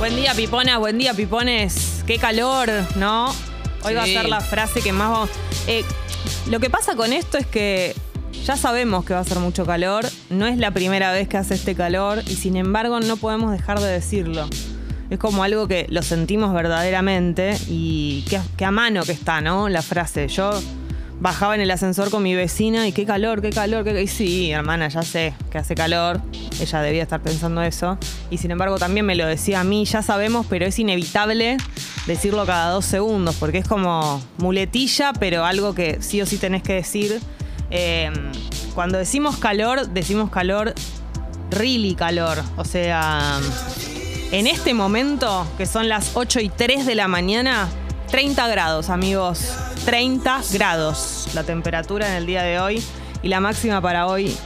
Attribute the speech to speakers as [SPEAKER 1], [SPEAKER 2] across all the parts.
[SPEAKER 1] Buen día, Piponas. Buen día, Pipones. Qué calor, ¿no? Hoy va a
[SPEAKER 2] Sí.
[SPEAKER 1] ser la frase que más vamos. Eh, lo que pasa con esto es que ya sabemos que va a ser mucho calor. No es la primera vez que hace este calor y sin embargo no podemos dejar de decirlo. Es como algo que lo sentimos verdaderamente y qué, a- qué a mano que está, ¿no? La frase. Yo bajaba en el ascensor con mi vecina y qué calor, qué calor, qué. Y sí, hermana, ya sé que hace calor. Ella debía estar pensando eso. Y sin embargo también me lo decía a mí, ya sabemos, pero es inevitable decirlo cada dos segundos porque es como muletilla, pero algo que sí o sí tenés que decir. Eh, cuando decimos calor, decimos calor, really calor. O sea. En este momento, que son las 8 y 3 de la mañana, 30 grados, amigos. 30 grados la temperatura en el día de hoy. Y la máxima para hoy,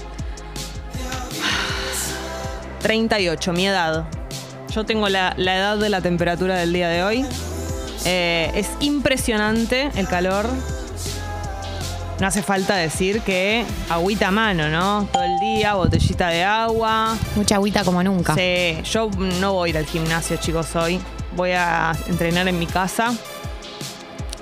[SPEAKER 1] 38, mi edad. Yo tengo la, la edad de la temperatura del día de hoy. Eh, es impresionante el calor. No hace falta decir que agüita a mano, ¿no? Todo el día, botellita de agua,
[SPEAKER 2] Mucha agüita como nunca.
[SPEAKER 1] Sí, yo no voy a ir al gimnasio, chicos, hoy. Voy a entrenar en mi casa.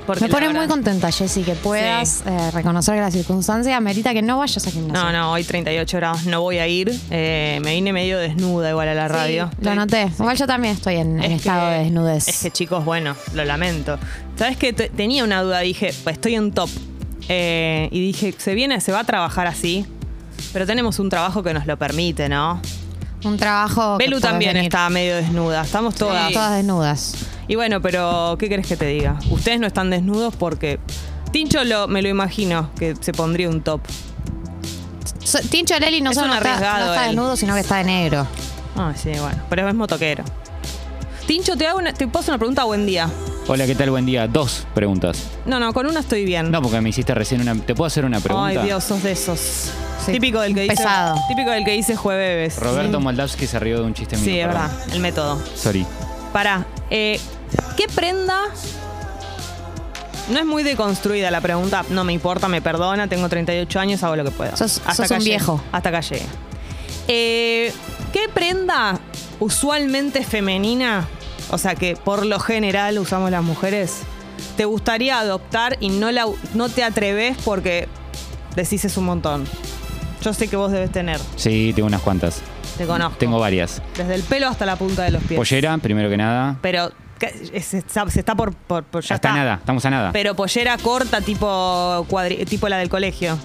[SPEAKER 1] Porque
[SPEAKER 2] Me
[SPEAKER 1] la
[SPEAKER 2] pone
[SPEAKER 1] verdad-
[SPEAKER 2] muy contenta, Jessy, que puedas
[SPEAKER 1] Sí.
[SPEAKER 2] eh, reconocer que la circunstancia amerita que no vayas a gimnasio.
[SPEAKER 1] No, no, hoy 38 grados no voy a ir. Eh, me vine medio desnuda igual a la
[SPEAKER 2] Sí,
[SPEAKER 1] radio. Eh,
[SPEAKER 2] lo noté. Igual yo también estoy en, en
[SPEAKER 1] Es
[SPEAKER 2] estado
[SPEAKER 1] que-
[SPEAKER 2] de desnudez.
[SPEAKER 1] Es que chicos, bueno, lo lamento. ¿Sabes que Tenía una duda, dije, pues estoy en top. Eh, y dije, se viene, se va a trabajar así. Pero tenemos un trabajo que nos lo permite, ¿no?
[SPEAKER 2] Un trabajo. que
[SPEAKER 1] Belu
[SPEAKER 2] podés
[SPEAKER 1] también
[SPEAKER 2] venir.
[SPEAKER 1] estaba medio desnuda. Estamos todas.
[SPEAKER 2] Todas desnudas.
[SPEAKER 1] Y bueno, pero ¿qué querés que te diga? Ustedes no están desnudos porque Tincho lo, me lo imagino que se pondría un top.
[SPEAKER 2] So- Tincho Leli no
[SPEAKER 1] Es
[SPEAKER 2] solo
[SPEAKER 1] un
[SPEAKER 2] no está,
[SPEAKER 1] arriesgado
[SPEAKER 2] no está
[SPEAKER 1] él.
[SPEAKER 2] desnudo, sino que está de negro.
[SPEAKER 1] Ah, sí, bueno, pero es motoquero. Tincho, te hago una, te paso una pregunta buen día.
[SPEAKER 3] Hola, ¿qué tal? Buen día. Dos preguntas.
[SPEAKER 1] No, no, con una estoy bien.
[SPEAKER 3] No, porque me hiciste recién una. ¿Te puedo hacer una
[SPEAKER 1] Ay,
[SPEAKER 3] pregunta?
[SPEAKER 1] Dios, sos de esos.
[SPEAKER 2] Sí,
[SPEAKER 1] Típico del que dice.
[SPEAKER 2] pesado.
[SPEAKER 1] Típico del que dice jueves.
[SPEAKER 3] Roberto Moldavsky se rió de un chiste mío.
[SPEAKER 1] Sí, es
[SPEAKER 3] perdón.
[SPEAKER 1] verdad, el método.
[SPEAKER 3] Sorry.
[SPEAKER 1] Pará, eh, ¿qué prenda? No es muy deconstruida la pregunta, no me importa, me perdona, tengo 38 años, hago lo que puedo.
[SPEAKER 2] Sos- sos
[SPEAKER 1] acá
[SPEAKER 2] un
[SPEAKER 1] llegué,
[SPEAKER 2] viejo.
[SPEAKER 1] Hasta acá llegué. Eh, ¿Qué prenda usualmente femenina, o sea que por lo general usamos las mujeres, te gustaría adoptar y no, la, no te atreves porque decís es un montón? Yo sé que vos debes tener,
[SPEAKER 3] Sí, tengo unas cuantas.
[SPEAKER 1] te conozco.
[SPEAKER 3] Tengo varias.
[SPEAKER 1] Desde el pelo hasta la punta de los pies.
[SPEAKER 3] Pollera, primero que nada.
[SPEAKER 1] Pero ¿qué? Es- está- se está por, por- por- ya
[SPEAKER 3] Hasta
[SPEAKER 1] está.
[SPEAKER 3] nada, estamos a nada.
[SPEAKER 1] Pero pollera corta tipo cuadri- tipo la del colegio.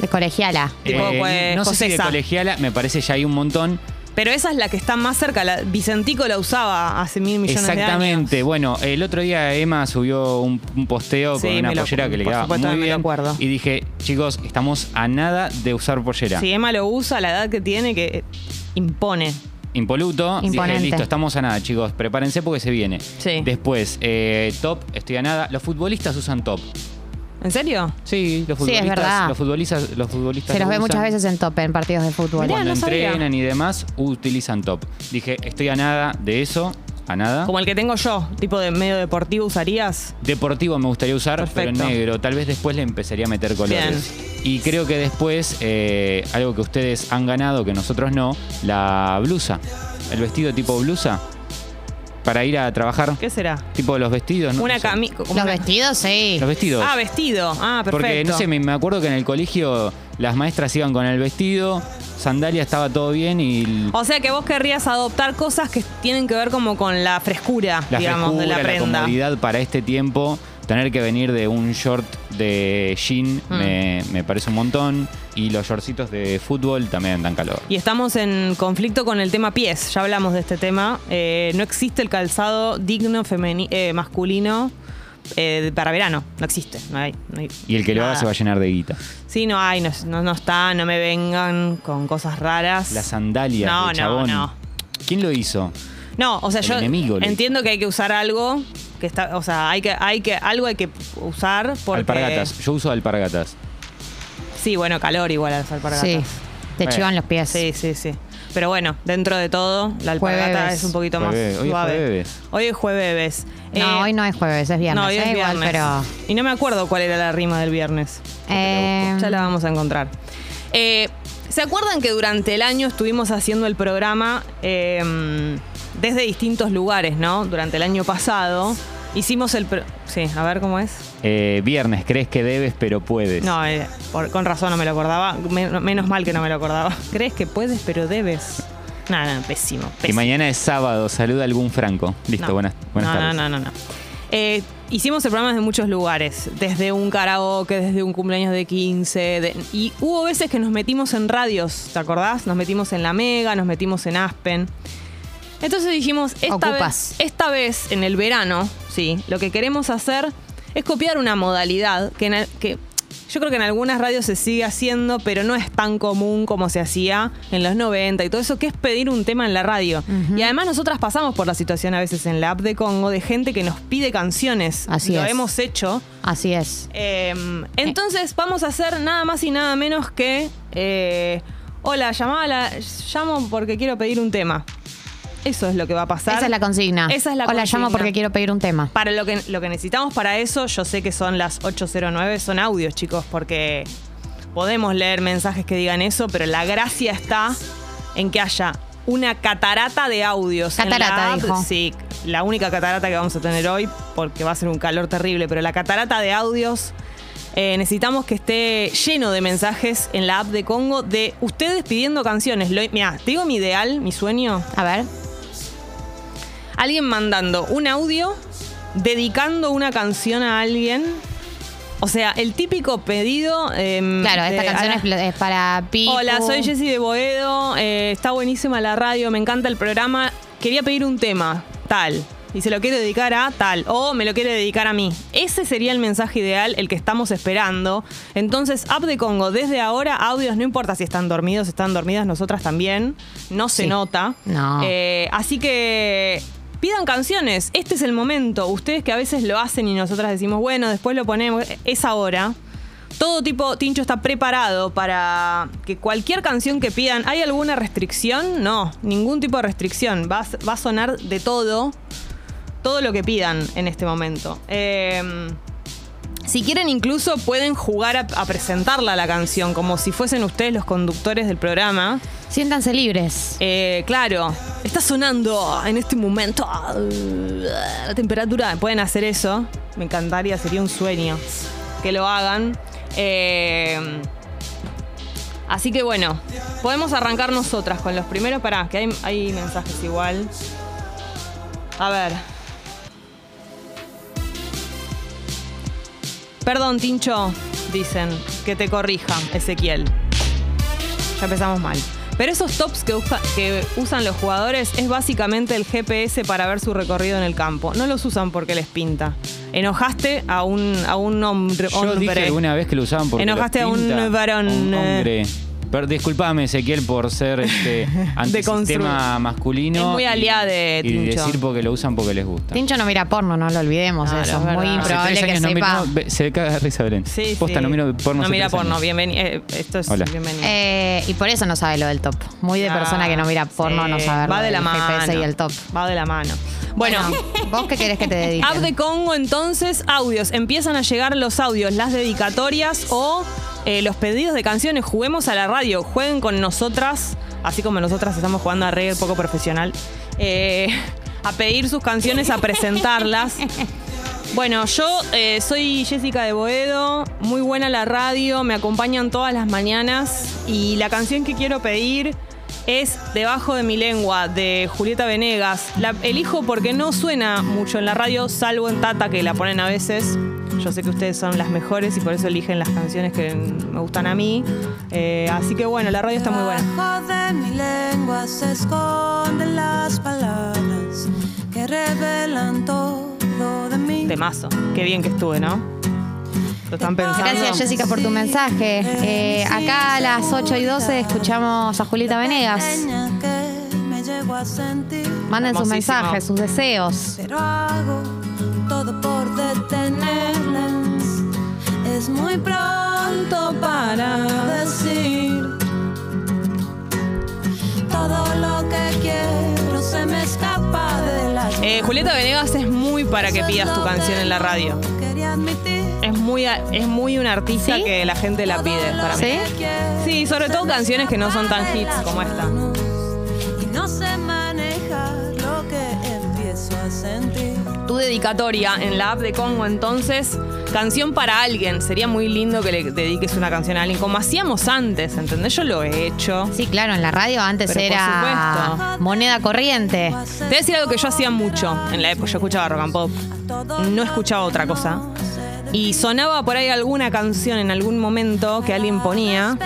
[SPEAKER 2] De colegiala.
[SPEAKER 1] tipo, pues,
[SPEAKER 3] Eh, no sé si de
[SPEAKER 1] Josesa.
[SPEAKER 3] colegiala, me parece ya hay un montón.
[SPEAKER 1] Pero esa es la que está más cerca. La, Vicentico la usaba hace mil millones de años.
[SPEAKER 3] Exactamente. Bueno, el otro día Emma subió un, un posteo
[SPEAKER 1] Sí,
[SPEAKER 3] con una
[SPEAKER 1] me lo-
[SPEAKER 3] pollera que le
[SPEAKER 1] por
[SPEAKER 3] quedaba
[SPEAKER 1] supuesto,
[SPEAKER 3] muy
[SPEAKER 1] me lo
[SPEAKER 3] bien.
[SPEAKER 1] acuerdo.
[SPEAKER 3] Y dije, chicos, estamos a nada de usar pollera.
[SPEAKER 1] Si Emma lo usa, la edad que tiene, que impone.
[SPEAKER 3] Impoluto.
[SPEAKER 2] Imponente.
[SPEAKER 3] Dije, listo, estamos a nada, chicos. Prepárense porque se viene.
[SPEAKER 1] Sí.
[SPEAKER 3] Después, eh, top, estoy a nada. Los futbolistas usan top.
[SPEAKER 1] ¿En serio?
[SPEAKER 3] Sí, los
[SPEAKER 2] Sí, es
[SPEAKER 3] futbolistas.
[SPEAKER 2] verdad.
[SPEAKER 3] Los futbolistas, los futbolistas
[SPEAKER 2] Se los
[SPEAKER 3] lo
[SPEAKER 2] ve
[SPEAKER 3] usan.
[SPEAKER 2] muchas veces en tope en partidos de fútbol.
[SPEAKER 1] Mirá, no
[SPEAKER 3] Cuando
[SPEAKER 1] sabía.
[SPEAKER 3] entrenan y demás, utilizan top. Dije, estoy a nada de eso, a nada.
[SPEAKER 1] Como el que tengo yo, tipo de medio deportivo, ¿usarías?
[SPEAKER 3] Deportivo me gustaría usar,
[SPEAKER 1] Perfecto.
[SPEAKER 3] pero negro. Tal vez después le empezaría a meter colores. Y creo que después, eh, algo que ustedes han ganado, que nosotros no, la blusa. El vestido tipo blusa. Para ir a trabajar.
[SPEAKER 1] ¿Qué será?
[SPEAKER 3] Tipo los vestidos, ¿no?
[SPEAKER 1] Una
[SPEAKER 3] No sé.
[SPEAKER 1] camisa.
[SPEAKER 2] Los vestidos, sí.
[SPEAKER 3] Los vestidos.
[SPEAKER 1] Ah, vestido. Ah, perfecto.
[SPEAKER 3] Porque, no sé, me, me acuerdo que en el colegio las maestras iban con el vestido, sandalia estaba todo bien y l-
[SPEAKER 1] O sea que vos querrías adoptar cosas que tienen que ver como con la frescura,
[SPEAKER 3] la
[SPEAKER 1] digamos,
[SPEAKER 3] frescura,
[SPEAKER 1] de la
[SPEAKER 3] la,
[SPEAKER 1] prenda.
[SPEAKER 3] comodidad para este tiempo. Tener que venir de un short de jean
[SPEAKER 1] Mm.
[SPEAKER 3] me, me parece un montón. Y los shortcitos de fútbol también dan calor.
[SPEAKER 1] Y estamos en conflicto con el tema pies, ya hablamos de este tema. Eh, no existe el calzado digno femeni- eh, masculino eh, para verano, no existe. No hay, no hay
[SPEAKER 3] Y el que lo haga
[SPEAKER 1] nada.
[SPEAKER 3] se va a llenar de guita.
[SPEAKER 1] Sí, no hay, no, no- no está, no me vengan con cosas raras.
[SPEAKER 3] Las sandalias,
[SPEAKER 1] No,
[SPEAKER 3] del
[SPEAKER 1] no,
[SPEAKER 3] chabón.
[SPEAKER 1] no.
[SPEAKER 3] ¿Quién lo hizo?
[SPEAKER 1] No, o sea,
[SPEAKER 3] El
[SPEAKER 1] yo
[SPEAKER 3] enemigo, Luis.
[SPEAKER 1] entiendo que hay que usar algo, que está, o sea, hay que, hay que, algo hay que usar porque.
[SPEAKER 3] Alpargatas. Yo uso alpargatas.
[SPEAKER 1] Sí, bueno, calor igual a las alpargatas.
[SPEAKER 2] Sí. Te
[SPEAKER 3] Bueno.
[SPEAKER 2] chivan los pies.
[SPEAKER 1] Sí, sí, sí. Pero bueno, dentro de todo, la alpargata
[SPEAKER 2] Jueves.
[SPEAKER 1] es un poquito
[SPEAKER 3] Jueves.
[SPEAKER 1] más
[SPEAKER 3] Hoy es
[SPEAKER 1] suave.
[SPEAKER 3] jueves.
[SPEAKER 1] Hoy es jueves.
[SPEAKER 2] No, hoy no es jueves, es viernes.
[SPEAKER 1] Eh, No, hoy es
[SPEAKER 2] eh,
[SPEAKER 1] viernes.
[SPEAKER 2] igual, pero.
[SPEAKER 1] Y no me acuerdo cuál era la rima del viernes.
[SPEAKER 2] eh,
[SPEAKER 1] Ya la vamos a encontrar. Eh, ¿Se acuerdan que durante el año estuvimos haciendo el programa eh, desde distintos lugares, ¿no? Durante el año pasado hicimos el... pro- Sí, a ver cómo es.
[SPEAKER 3] Eh, viernes, crees que debes, pero puedes.
[SPEAKER 1] No, eh, por- con razón no me lo acordaba. Men- menos mal que no me lo acordaba. Crees que puedes, pero debes. Nada, no, pésimo.
[SPEAKER 3] y
[SPEAKER 1] pésimo.
[SPEAKER 3] mañana es sábado, saluda algún franco. Listo,
[SPEAKER 1] No.
[SPEAKER 3] buenas, buenas
[SPEAKER 1] no,
[SPEAKER 3] tardes.
[SPEAKER 1] No, no, no. no. Eh, hicimos el programa desde muchos lugares, desde un karaoke, desde un cumpleaños de 15, de- y hubo veces que nos metimos en radios, ¿te acordás? Nos metimos en La Mega, nos metimos en Aspen. Entonces dijimos, esta
[SPEAKER 2] Ocupas.
[SPEAKER 1] vez, esta vez, en el verano, sí, lo que queremos hacer es copiar una modalidad que, en al- que yo creo que en algunas radios se sigue haciendo, pero no es tan común como se hacía en los 90 y todo eso, que es pedir un tema en la radio. Y además nosotras pasamos por la situación a veces en la app de Congo de gente que nos pide canciones.
[SPEAKER 2] Así
[SPEAKER 1] lo
[SPEAKER 2] es.
[SPEAKER 1] hemos hecho.
[SPEAKER 2] Así es.
[SPEAKER 1] Eh, entonces vamos a hacer nada más y nada menos que. eh, Hola, llamaba a la- llamo porque quiero pedir un tema. Eso es lo que va a pasar.
[SPEAKER 2] Esa es la consigna.
[SPEAKER 1] Esa es la
[SPEAKER 2] Hola, llamo
[SPEAKER 1] consigna.
[SPEAKER 2] porque quiero pedir un tema.
[SPEAKER 1] Para lo que, lo que necesitamos para eso, yo sé que son las 809, son audios, chicos, porque podemos leer mensajes que digan eso, pero la gracia está en que haya una catarata de audios. en la
[SPEAKER 2] Catarata,
[SPEAKER 1] app.
[SPEAKER 2] dijo.
[SPEAKER 1] Sí, la única catarata que vamos a tener hoy, porque va a ser un calor terrible, pero la catarata de audios. eh, necesitamos que esté lleno de mensajes en la app de Congo de ustedes pidiendo canciones. Mira, te digo mi ideal, mi sueño
[SPEAKER 2] A ver.
[SPEAKER 1] Mm. alguien mandando un audio dedicando una canción a alguien. O sea, el típico pedido. em,
[SPEAKER 2] Claro, esta
[SPEAKER 1] de-
[SPEAKER 2] canción
[SPEAKER 1] a-
[SPEAKER 2] es, pla- es para Pico.
[SPEAKER 1] Hola, soy Jessy de Boedo. eh, está buenísima la radio, me encanta el programa. Quería pedir un tema, tal. Y se lo quiero dedicar a tal. O me lo quiere dedicar a mí. Ese sería el mensaje ideal, el que estamos esperando. Entonces, App de Congo, desde ahora, audios, no importa si están dormidos, están dormidas, nosotras también. No se
[SPEAKER 2] Sí.
[SPEAKER 1] nota.
[SPEAKER 2] No.
[SPEAKER 1] Eh, así que. Pidan canciones, este es el momento. Ustedes que a veces lo hacen y nosotras decimos, bueno, después lo ponemos, es ahora. Todo tipo, Tincho está preparado para que cualquier canción que pidan, ¿hay alguna restricción? No, ningún tipo de restricción. Va, a- va a sonar de todo, todo lo que pidan en este momento. Eh, si quieren incluso pueden jugar a, a presentarla la canción, como si fuesen ustedes los conductores del programa.
[SPEAKER 2] Siéntanse libres.
[SPEAKER 1] Eh, claro, está sonando en este momento la temperatura. Pueden hacer eso. Me encantaría, sería un sueño que lo hagan. Eh, así que bueno, podemos arrancar nosotras con los primeros. Pará, que hay, hay mensajes igual. A ver. Perdón, Tincho, dicen, que te corrija, Ezequiel. Ya empezamos mal. Pero esos tops que, usa- que usan los jugadores es básicamente el GPS para ver su recorrido en el campo. No los usan porque les pinta. Enojaste a un, a un hombre.
[SPEAKER 3] Yo
[SPEAKER 1] hombre.
[SPEAKER 3] dije alguna vez que lo usaban porque
[SPEAKER 1] Enojaste
[SPEAKER 3] los
[SPEAKER 1] a un
[SPEAKER 3] pinta
[SPEAKER 1] varón,
[SPEAKER 3] un
[SPEAKER 1] eh.
[SPEAKER 3] hombre. Per- disculpame, Ezequiel, por ser este antisistema
[SPEAKER 1] constru-
[SPEAKER 3] masculino.
[SPEAKER 1] Es muy
[SPEAKER 3] y-
[SPEAKER 1] aliade,
[SPEAKER 3] Y,
[SPEAKER 1] Tincho.
[SPEAKER 3] decir porque lo usan porque les gusta.
[SPEAKER 2] Tincho no mira porno, no lo olvidemos.
[SPEAKER 1] No,
[SPEAKER 2] eso
[SPEAKER 1] no,
[SPEAKER 2] es
[SPEAKER 1] es
[SPEAKER 2] muy
[SPEAKER 1] verdad.
[SPEAKER 2] improbable
[SPEAKER 3] Hace tres
[SPEAKER 2] que
[SPEAKER 3] años no
[SPEAKER 2] sepa.
[SPEAKER 3] miro- ve- se caga de risa, Belén.
[SPEAKER 1] Sí,
[SPEAKER 3] Posta,
[SPEAKER 1] sí.
[SPEAKER 3] no miro porno.
[SPEAKER 1] No
[SPEAKER 3] hace
[SPEAKER 1] mira
[SPEAKER 3] tres
[SPEAKER 1] porno,
[SPEAKER 3] años.
[SPEAKER 1] bienvenido. esto es
[SPEAKER 3] Hola.
[SPEAKER 1] bienvenido.
[SPEAKER 2] Eh, y por eso no sabe lo del top. Muy de
[SPEAKER 1] Ah,
[SPEAKER 2] persona que no mira porno,
[SPEAKER 1] sí.
[SPEAKER 2] no sabe
[SPEAKER 1] Va
[SPEAKER 2] lo
[SPEAKER 1] de la
[SPEAKER 2] del
[SPEAKER 1] mano.
[SPEAKER 2] GPS y el top.
[SPEAKER 1] Va de la mano. Bueno,
[SPEAKER 2] ¿vos qué querés que te dedique?
[SPEAKER 1] App de Congo, entonces, audios. Empiezan a llegar los audios, las dedicatorias o eh, los pedidos de canciones. Juguemos a la radio, jueguen con nosotras, así como nosotras estamos jugando a reggae poco profesional, eh, a pedir sus canciones, a presentarlas. Bueno, yo eh, soy Jessica de Boedo, muy buena la radio, me acompañan todas las mañanas y la canción que quiero pedir es Debajo de mi lengua de Julieta Venegas. La elijo porque no suena mucho en la radio, salvo en Tata que la ponen a veces. Yo sé que ustedes son las mejores y por eso eligen las canciones que me gustan a mí. Eh, así que bueno, la radio está muy buena.
[SPEAKER 4] Debajo de mi lengua se esconden las palabras que revelan todo de mí.
[SPEAKER 1] Temazo. Qué bien que estuve, ¿no? Lo están pensando.
[SPEAKER 2] Gracias, Jessica, por tu mensaje. Eh, acá a las 8 y 12 escuchamos a Julieta Venegas.
[SPEAKER 4] Pequeña que me llego a sentir,
[SPEAKER 2] Manden sus
[SPEAKER 1] Hermosísimo.
[SPEAKER 2] mensajes, sus deseos.
[SPEAKER 4] pero hago todo por detenerlas. Es muy pronto para decir todo lo que quiero se me escapa de las
[SPEAKER 1] Eh, Julieta Venegas es muy para que pidas tu canción en la radio.
[SPEAKER 4] Quería admitir
[SPEAKER 1] Es muy, a- es muy un artista
[SPEAKER 2] ¿Sí?
[SPEAKER 1] que la gente la pide para mí.
[SPEAKER 2] ¿Sí?
[SPEAKER 1] Sí, sobre todo canciones que no son tan hits como esta.
[SPEAKER 4] Y no sé manejar lo que sentir.
[SPEAKER 1] Tu dedicatoria en la app de Congo, entonces, canción para alguien. Sería muy lindo que le dediques una canción a alguien, como hacíamos antes, ¿entendés? Yo lo he hecho.
[SPEAKER 2] Sí, claro, en la radio antes
[SPEAKER 1] Pero por
[SPEAKER 2] era
[SPEAKER 1] supuesto.
[SPEAKER 2] moneda corriente.
[SPEAKER 1] Te voy a decir algo que yo hacía mucho en la época. Yo escuchaba rock and pop. No escuchaba otra cosa. Y sonaba por ahí alguna canción en algún momento que alguien ponía.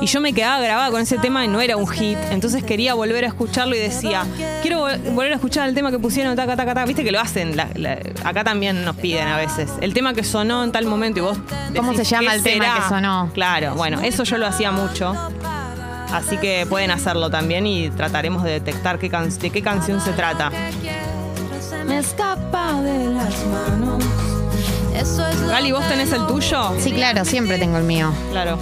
[SPEAKER 1] Y yo me quedaba grabada con ese tema y no era un hit. Entonces quería volver a escucharlo y decía, quiero vol- volver a escuchar el tema que pusieron, taca, taca, taca. Viste que lo hacen. la- la- acá también nos piden a veces. El tema que sonó en tal momento y vos.
[SPEAKER 2] ¿Cómo
[SPEAKER 1] decís,
[SPEAKER 2] se llama
[SPEAKER 1] "¿Qué
[SPEAKER 2] el tema que
[SPEAKER 1] será?".
[SPEAKER 2] sonó?
[SPEAKER 1] Claro, bueno, eso yo lo hacía mucho. Así que pueden hacerlo también y trataremos de detectar qué can- de qué canción se trata.
[SPEAKER 4] Me escapa de las manos. Eso es lo
[SPEAKER 1] Gali, ¿vos tenés el tuyo?
[SPEAKER 2] Sí, claro, siempre tengo el mío.
[SPEAKER 1] Claro.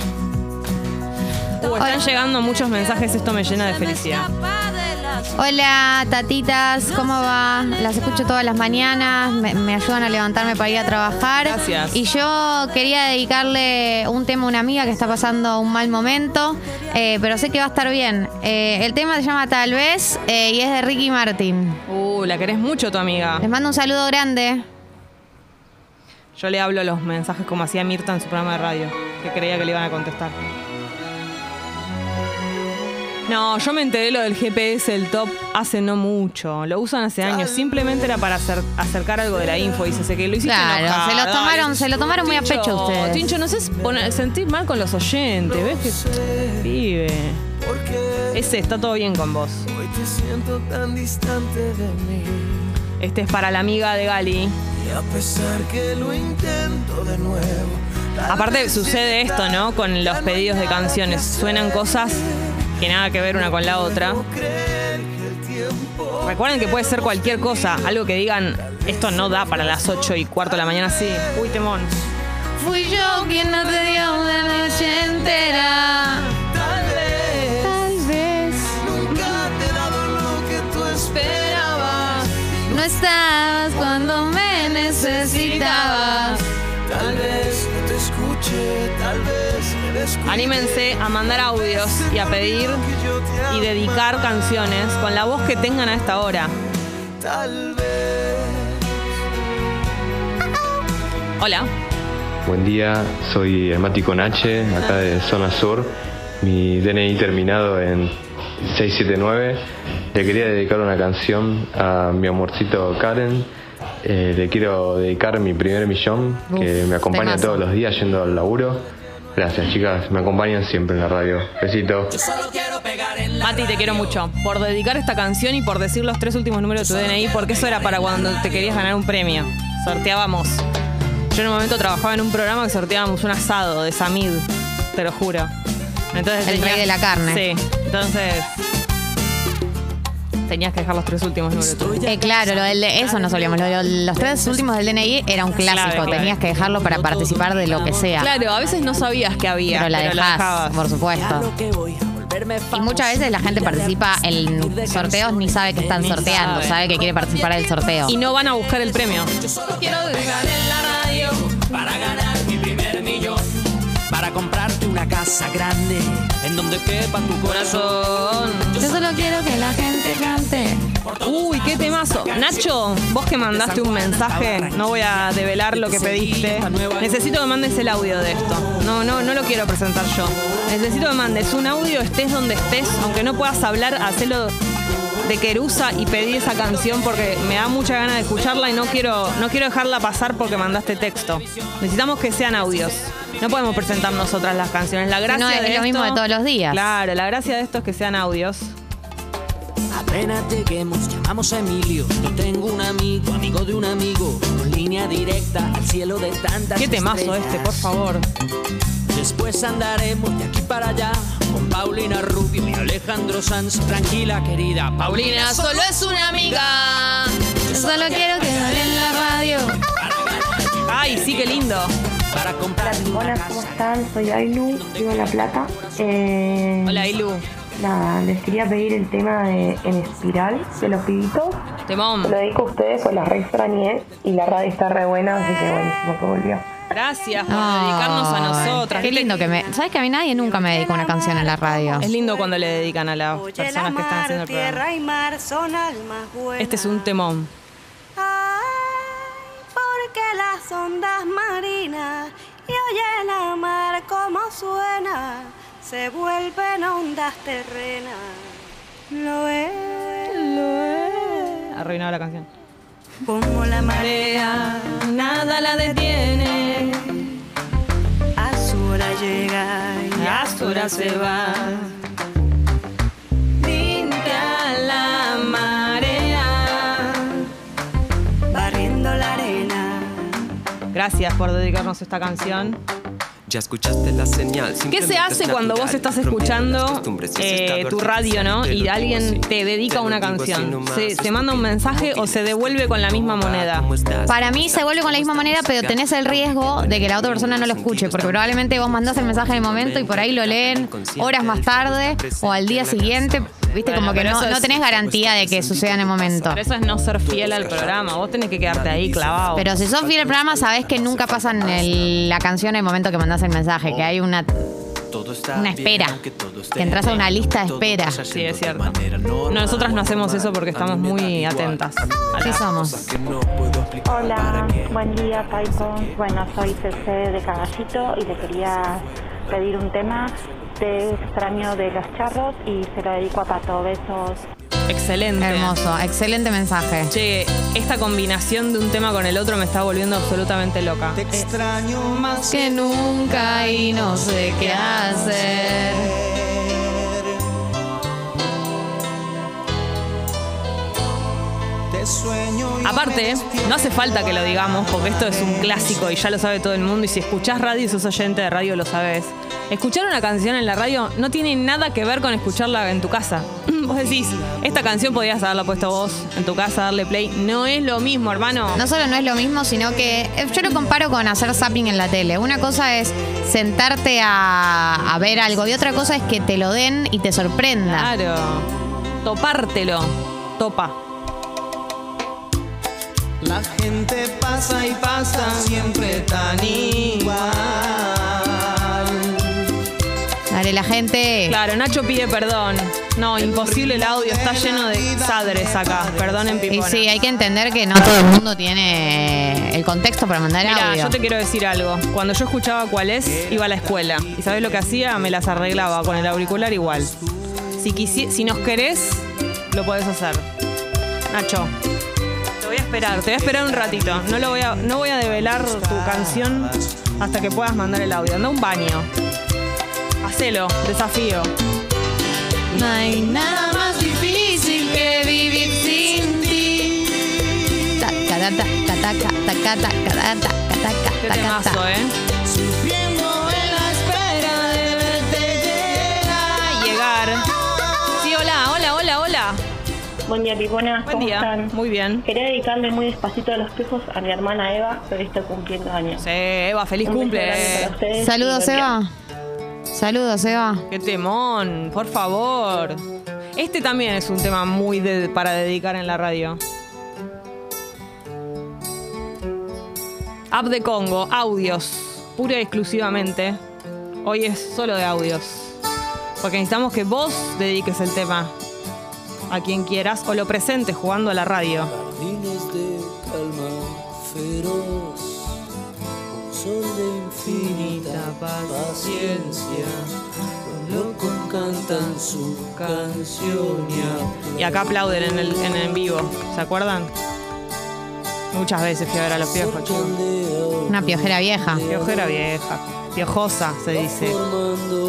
[SPEAKER 1] Uh,
[SPEAKER 2] Hola.
[SPEAKER 1] están llegando muchos mensajes, esto me llena de
[SPEAKER 4] que me
[SPEAKER 1] felicidad.
[SPEAKER 4] escapa de las
[SPEAKER 2] Hola, tatitas, ¿cómo va? Las escucho todas las mañanas, me, me ayudan a levantarme para ir a trabajar.
[SPEAKER 1] Gracias.
[SPEAKER 2] Y yo quería dedicarle un tema a una amiga que está pasando un mal momento, eh, pero sé que va a estar bien. Eh, el tema se llama Tal vez eh, y es de Ricky Martin.
[SPEAKER 1] Uh, la querés mucho tu amiga.
[SPEAKER 2] Les mando un saludo grande.
[SPEAKER 1] Yo le hablo los mensajes como hacía Mirta en su programa de radio, que creía que le iban a contestar. No, yo me enteré lo del GPS, el top, hace no mucho. Lo usan hace años. Simplemente era para acer- acercar algo de la info. Dice "Sé que lo hiciste
[SPEAKER 2] Claro,
[SPEAKER 1] enojada,
[SPEAKER 2] se lo
[SPEAKER 1] dale".
[SPEAKER 2] tomaron- se lo tomaron muy a
[SPEAKER 1] Tincho,
[SPEAKER 2] pecho ustedes.
[SPEAKER 1] Tincho, no sé si poner- sentir mal con los oyentes. ¿Ves que vive? Ese, está todo bien con vos.
[SPEAKER 5] Hoy te siento tan distante de mí
[SPEAKER 1] Este es para la amiga de Gali.
[SPEAKER 5] y a pesar que lo intento de nuevo. tal
[SPEAKER 1] Aparte
[SPEAKER 5] vez
[SPEAKER 1] sucede esto, ¿no? Con los pedidos de canciones. Suenan cosas que nada que ver una con la otra.
[SPEAKER 5] creer que el tiempo
[SPEAKER 1] Recuerden que puede ser cualquier cosa, algo que digan, esto no da para las 8 y cuarto de la mañana, sí. Uy, temón.
[SPEAKER 2] Fui yo quien no te dio una noche entera.
[SPEAKER 5] tal vez
[SPEAKER 2] Tal vez
[SPEAKER 5] nunca te he dado lo que tú esperabas.
[SPEAKER 2] no estabas cuando me necesitabas.
[SPEAKER 5] Tal vez no te escuche, tal vez me descuide.
[SPEAKER 1] Anímense a mandar audios y a pedir
[SPEAKER 5] Que yo te
[SPEAKER 1] y
[SPEAKER 5] amaba.
[SPEAKER 1] dedicar canciones con la voz que tengan a esta hora.
[SPEAKER 5] Tal vez.
[SPEAKER 1] Hola.
[SPEAKER 6] Buen día, soy el Mati Conache, acá de Zona Sur. Mi DNI terminado en 679. Le quería dedicar una canción a mi amorcito Karen. Eh, le quiero dedicar mi primer millón, que
[SPEAKER 2] Uf,
[SPEAKER 6] me acompaña
[SPEAKER 2] temazo.
[SPEAKER 6] todos los días yendo al laburo. Gracias, chicas, me acompañan siempre en la radio. Besitos.
[SPEAKER 1] Mati, te quiero mucho. Por dedicar esta canción y por decir los tres últimos números de tu DNI, porque eso era para cuando te querías ganar un premio. Sorteábamos. Yo en un momento trabajaba en un programa que sorteábamos un asado de Samid, te lo juro. Entonces
[SPEAKER 2] El rey de la carne.
[SPEAKER 1] Sí, entonces tenías que dejar los tres últimos números. de tu DNI.
[SPEAKER 2] Eh, claro, lo del, eso nos olvidamos. lo de los tres últimos del DNI era un clásico.
[SPEAKER 1] Clave, clave.
[SPEAKER 2] Tenías que dejarlo para participar de lo que sea.
[SPEAKER 1] Claro, a veces no sabías que había,
[SPEAKER 2] pero la
[SPEAKER 1] pero
[SPEAKER 2] dejás,
[SPEAKER 1] dejabas.
[SPEAKER 2] por supuesto.
[SPEAKER 7] lo que voy a volverme
[SPEAKER 2] Y muchas veces la gente participa en sorteos ni sabe que están sorteando,
[SPEAKER 1] sabe.
[SPEAKER 2] sabe que quiere participar del sorteo.
[SPEAKER 1] Y no van a buscar el premio.
[SPEAKER 7] Yo solo quiero dedicar en la radio para ganar mi primer millón. Para comprarte una casa grande en donde quepa tu corazón.
[SPEAKER 1] Corazón.
[SPEAKER 2] Yo solo quiero que la gente cante.
[SPEAKER 1] Uy, qué temazo. Nacho, vos que mandaste un mensaje, no voy a develar lo que pediste. Necesito que mandes el audio de esto. No, no, no lo quiero presentar yo. Necesito que mandes un audio, estés donde estés, aunque no puedas hablar, hacelo de querusa y pedí esa canción porque me da mucha gana de escucharla y no quiero, no quiero dejarla pasar porque mandaste texto. Necesitamos que sean audios. No podemos presentar nosotras las canciones. La gracia
[SPEAKER 2] no, es
[SPEAKER 1] de
[SPEAKER 2] lo
[SPEAKER 1] esto-
[SPEAKER 2] mismo de todos los días.
[SPEAKER 1] Claro, la gracia de esto es que sean audios.
[SPEAKER 7] Apenas lleguemos, llamamos a Emilio. Yo tengo un amigo, amigo de un amigo. Con línea directa al cielo de tantas
[SPEAKER 1] Qué temazo
[SPEAKER 7] estrellas.
[SPEAKER 1] este, por favor.
[SPEAKER 7] Después andaremos de aquí para allá con Paulina Rubio y Alejandro Sanz. Tranquila, querida. Paulina solo es una amiga.
[SPEAKER 2] Yo solo quiero que en la radio.
[SPEAKER 1] Ay, sí, qué lindo.
[SPEAKER 7] Para comprar una
[SPEAKER 8] Hola, ¿cómo
[SPEAKER 7] casa.
[SPEAKER 8] están? Soy Ailu, vivo en La Plata. Eh,
[SPEAKER 1] Hola, Ilu.
[SPEAKER 8] Nada, les quería pedir el tema de En Espiral de los pibitos.
[SPEAKER 1] Temón.
[SPEAKER 8] Se Lo dedico a ustedes, pues las re extrañé y la radio está re buena, así que buenísimo que volvió.
[SPEAKER 1] Gracias por dedicarnos a
[SPEAKER 2] Ay,
[SPEAKER 1] nosotras.
[SPEAKER 2] Qué lindo que me. ¿Sabes que a mí nadie nunca me dedicó una canción en la radio?
[SPEAKER 1] Es lindo cuando le dedican a las
[SPEAKER 9] Oye, la
[SPEAKER 1] personas que están haciendo
[SPEAKER 9] mar,
[SPEAKER 1] el programa.
[SPEAKER 9] tierra y mar son almas buenas.
[SPEAKER 1] Este es un temón.
[SPEAKER 4] las ondas marinas y oye la mar como suena, se vuelven ondas terrenas. Lo es, lo es.
[SPEAKER 1] Arruinado la canción.
[SPEAKER 4] Como la marea, nada la detiene. A su hora llega y a su hora se va. Dinte a la marea, barriendo la arena.
[SPEAKER 1] Gracias por dedicarnos esta canción.
[SPEAKER 5] Ya escuchaste la señal.
[SPEAKER 1] ¿Qué se hace cuando vos estás escuchando eh, tu radio, no? Y alguien te dedica una canción. ¿Se, se manda un mensaje o se devuelve con la misma moneda?
[SPEAKER 2] Para mí se vuelve con la misma moneda, pero tenés el riesgo de que la otra persona no lo escuche, porque probablemente vos mandás el mensaje en el momento y por ahí lo leen horas más tarde o al día siguiente. Viste,
[SPEAKER 1] Bueno,
[SPEAKER 2] como que
[SPEAKER 1] pero
[SPEAKER 2] no,
[SPEAKER 1] eso es-
[SPEAKER 2] no tenés garantía de que suceda en el momento.
[SPEAKER 1] Pero eso es no ser fiel al programa. Vos tenés que quedarte ahí clavado.
[SPEAKER 2] Pero si sos fiel al programa, sabés que nunca pasan el- la canción en el momento que mandás el mensaje, que hay una
[SPEAKER 5] una
[SPEAKER 2] espera.
[SPEAKER 5] espera.
[SPEAKER 2] Que entras a una lista de espera.
[SPEAKER 1] Sí, es cierto. Nosotras no hacemos eso porque estamos muy atentas. a
[SPEAKER 2] Sí
[SPEAKER 1] la-
[SPEAKER 2] somos.
[SPEAKER 8] Hola, buen día, Paipons. Bueno, soy CC de Caballito y le quería pedir un tema de extraño de los charros y se lo dedico a Pato. Besos.
[SPEAKER 1] Excelente.
[SPEAKER 2] Hermoso, excelente mensaje.
[SPEAKER 1] Che, esta combinación de un tema con el otro me está volviendo absolutamente loca. Eh,
[SPEAKER 5] extraño más
[SPEAKER 2] Que nunca y no sé qué hacer.
[SPEAKER 5] te sueño.
[SPEAKER 1] Aparte, no hace falta que lo digamos porque esto es un clásico y ya lo sabe todo el mundo. Y si escuchás radio y sos oyente de radio, lo sabés. Escuchar una canción en la radio no tiene nada que ver con escucharla en tu casa. Vos decís, esta canción podías haberla puesto vos en tu casa, darle play. No es lo mismo, hermano.
[SPEAKER 2] No solo no es lo mismo, sino que eh, yo lo comparo con hacer zapping en la tele. Una cosa es sentarte a, a ver algo y otra cosa es que te lo den y te sorprenda.
[SPEAKER 1] Claro. Topártelo. Topa.
[SPEAKER 5] La gente pasa y pasa siempre tan igual.
[SPEAKER 2] Dale, la gente.
[SPEAKER 1] Claro, Nacho pide perdón. No, imposible el audio, está lleno de sadres acá. Perdón en
[SPEAKER 2] Y
[SPEAKER 1] pipona.
[SPEAKER 2] eh, sí, hay que entender que no todo el mundo tiene el contexto para mandar
[SPEAKER 1] Mira,
[SPEAKER 2] audio.
[SPEAKER 1] yo te quiero decir algo. Cuando yo escuchaba cuál es, iba a la escuela. ¿Y sabés lo que hacía? Me las arreglaba con el auricular igual. Si, quisi- si nos querés, lo podés hacer. Nacho, te voy a esperar, te voy a esperar un ratito. No, lo voy, a, no voy a develar tu canción hasta que puedas mandar el audio. Anda a un baño. Hacelo, desafío.
[SPEAKER 2] No hay nada más difícil que vivir sin ti. Ta, ta, ta, ta, ta, ta, ta, ta, ta, ta, ta, ta,
[SPEAKER 1] Qué
[SPEAKER 2] ta, ta, ta,
[SPEAKER 1] temazo,
[SPEAKER 2] ta.
[SPEAKER 1] ¿eh? Ah, llegar. Sí, hola, hola, hola, hola.
[SPEAKER 8] Buen día, Pipona.
[SPEAKER 1] Buen
[SPEAKER 8] ¿Cómo
[SPEAKER 1] día.
[SPEAKER 8] están? Eh,
[SPEAKER 1] Muy bien.
[SPEAKER 8] Quería dedicarle muy despacito a los pijos a mi hermana Eva, que hoy está cumpliendo años.
[SPEAKER 1] Sí, Eva, feliz
[SPEAKER 8] Un beso
[SPEAKER 1] cumple.
[SPEAKER 8] grande para
[SPEAKER 1] eh.
[SPEAKER 8] ustedes y
[SPEAKER 2] Saludos,
[SPEAKER 8] buen día.
[SPEAKER 2] Eva. Saludos, Eva.
[SPEAKER 1] Qué temón, por favor. Este también es un tema muy de- para dedicar en la radio. App de Congo, audios, pura y exclusivamente. Hoy es solo de audios. Porque necesitamos que vos dediques el tema a quien quieras o lo presentes jugando a la radio.
[SPEAKER 5] Jardines de calma feroz, un sol de infinita paciencia, los locos cantan su canción y apla-
[SPEAKER 1] Y acá aplauden en el en, el en vivo, ¿se acuerdan? Muchas veces fui a ver a los piojos, chicos.
[SPEAKER 2] Una piojera vieja.
[SPEAKER 1] Piojera vieja. Piojosa, se dice.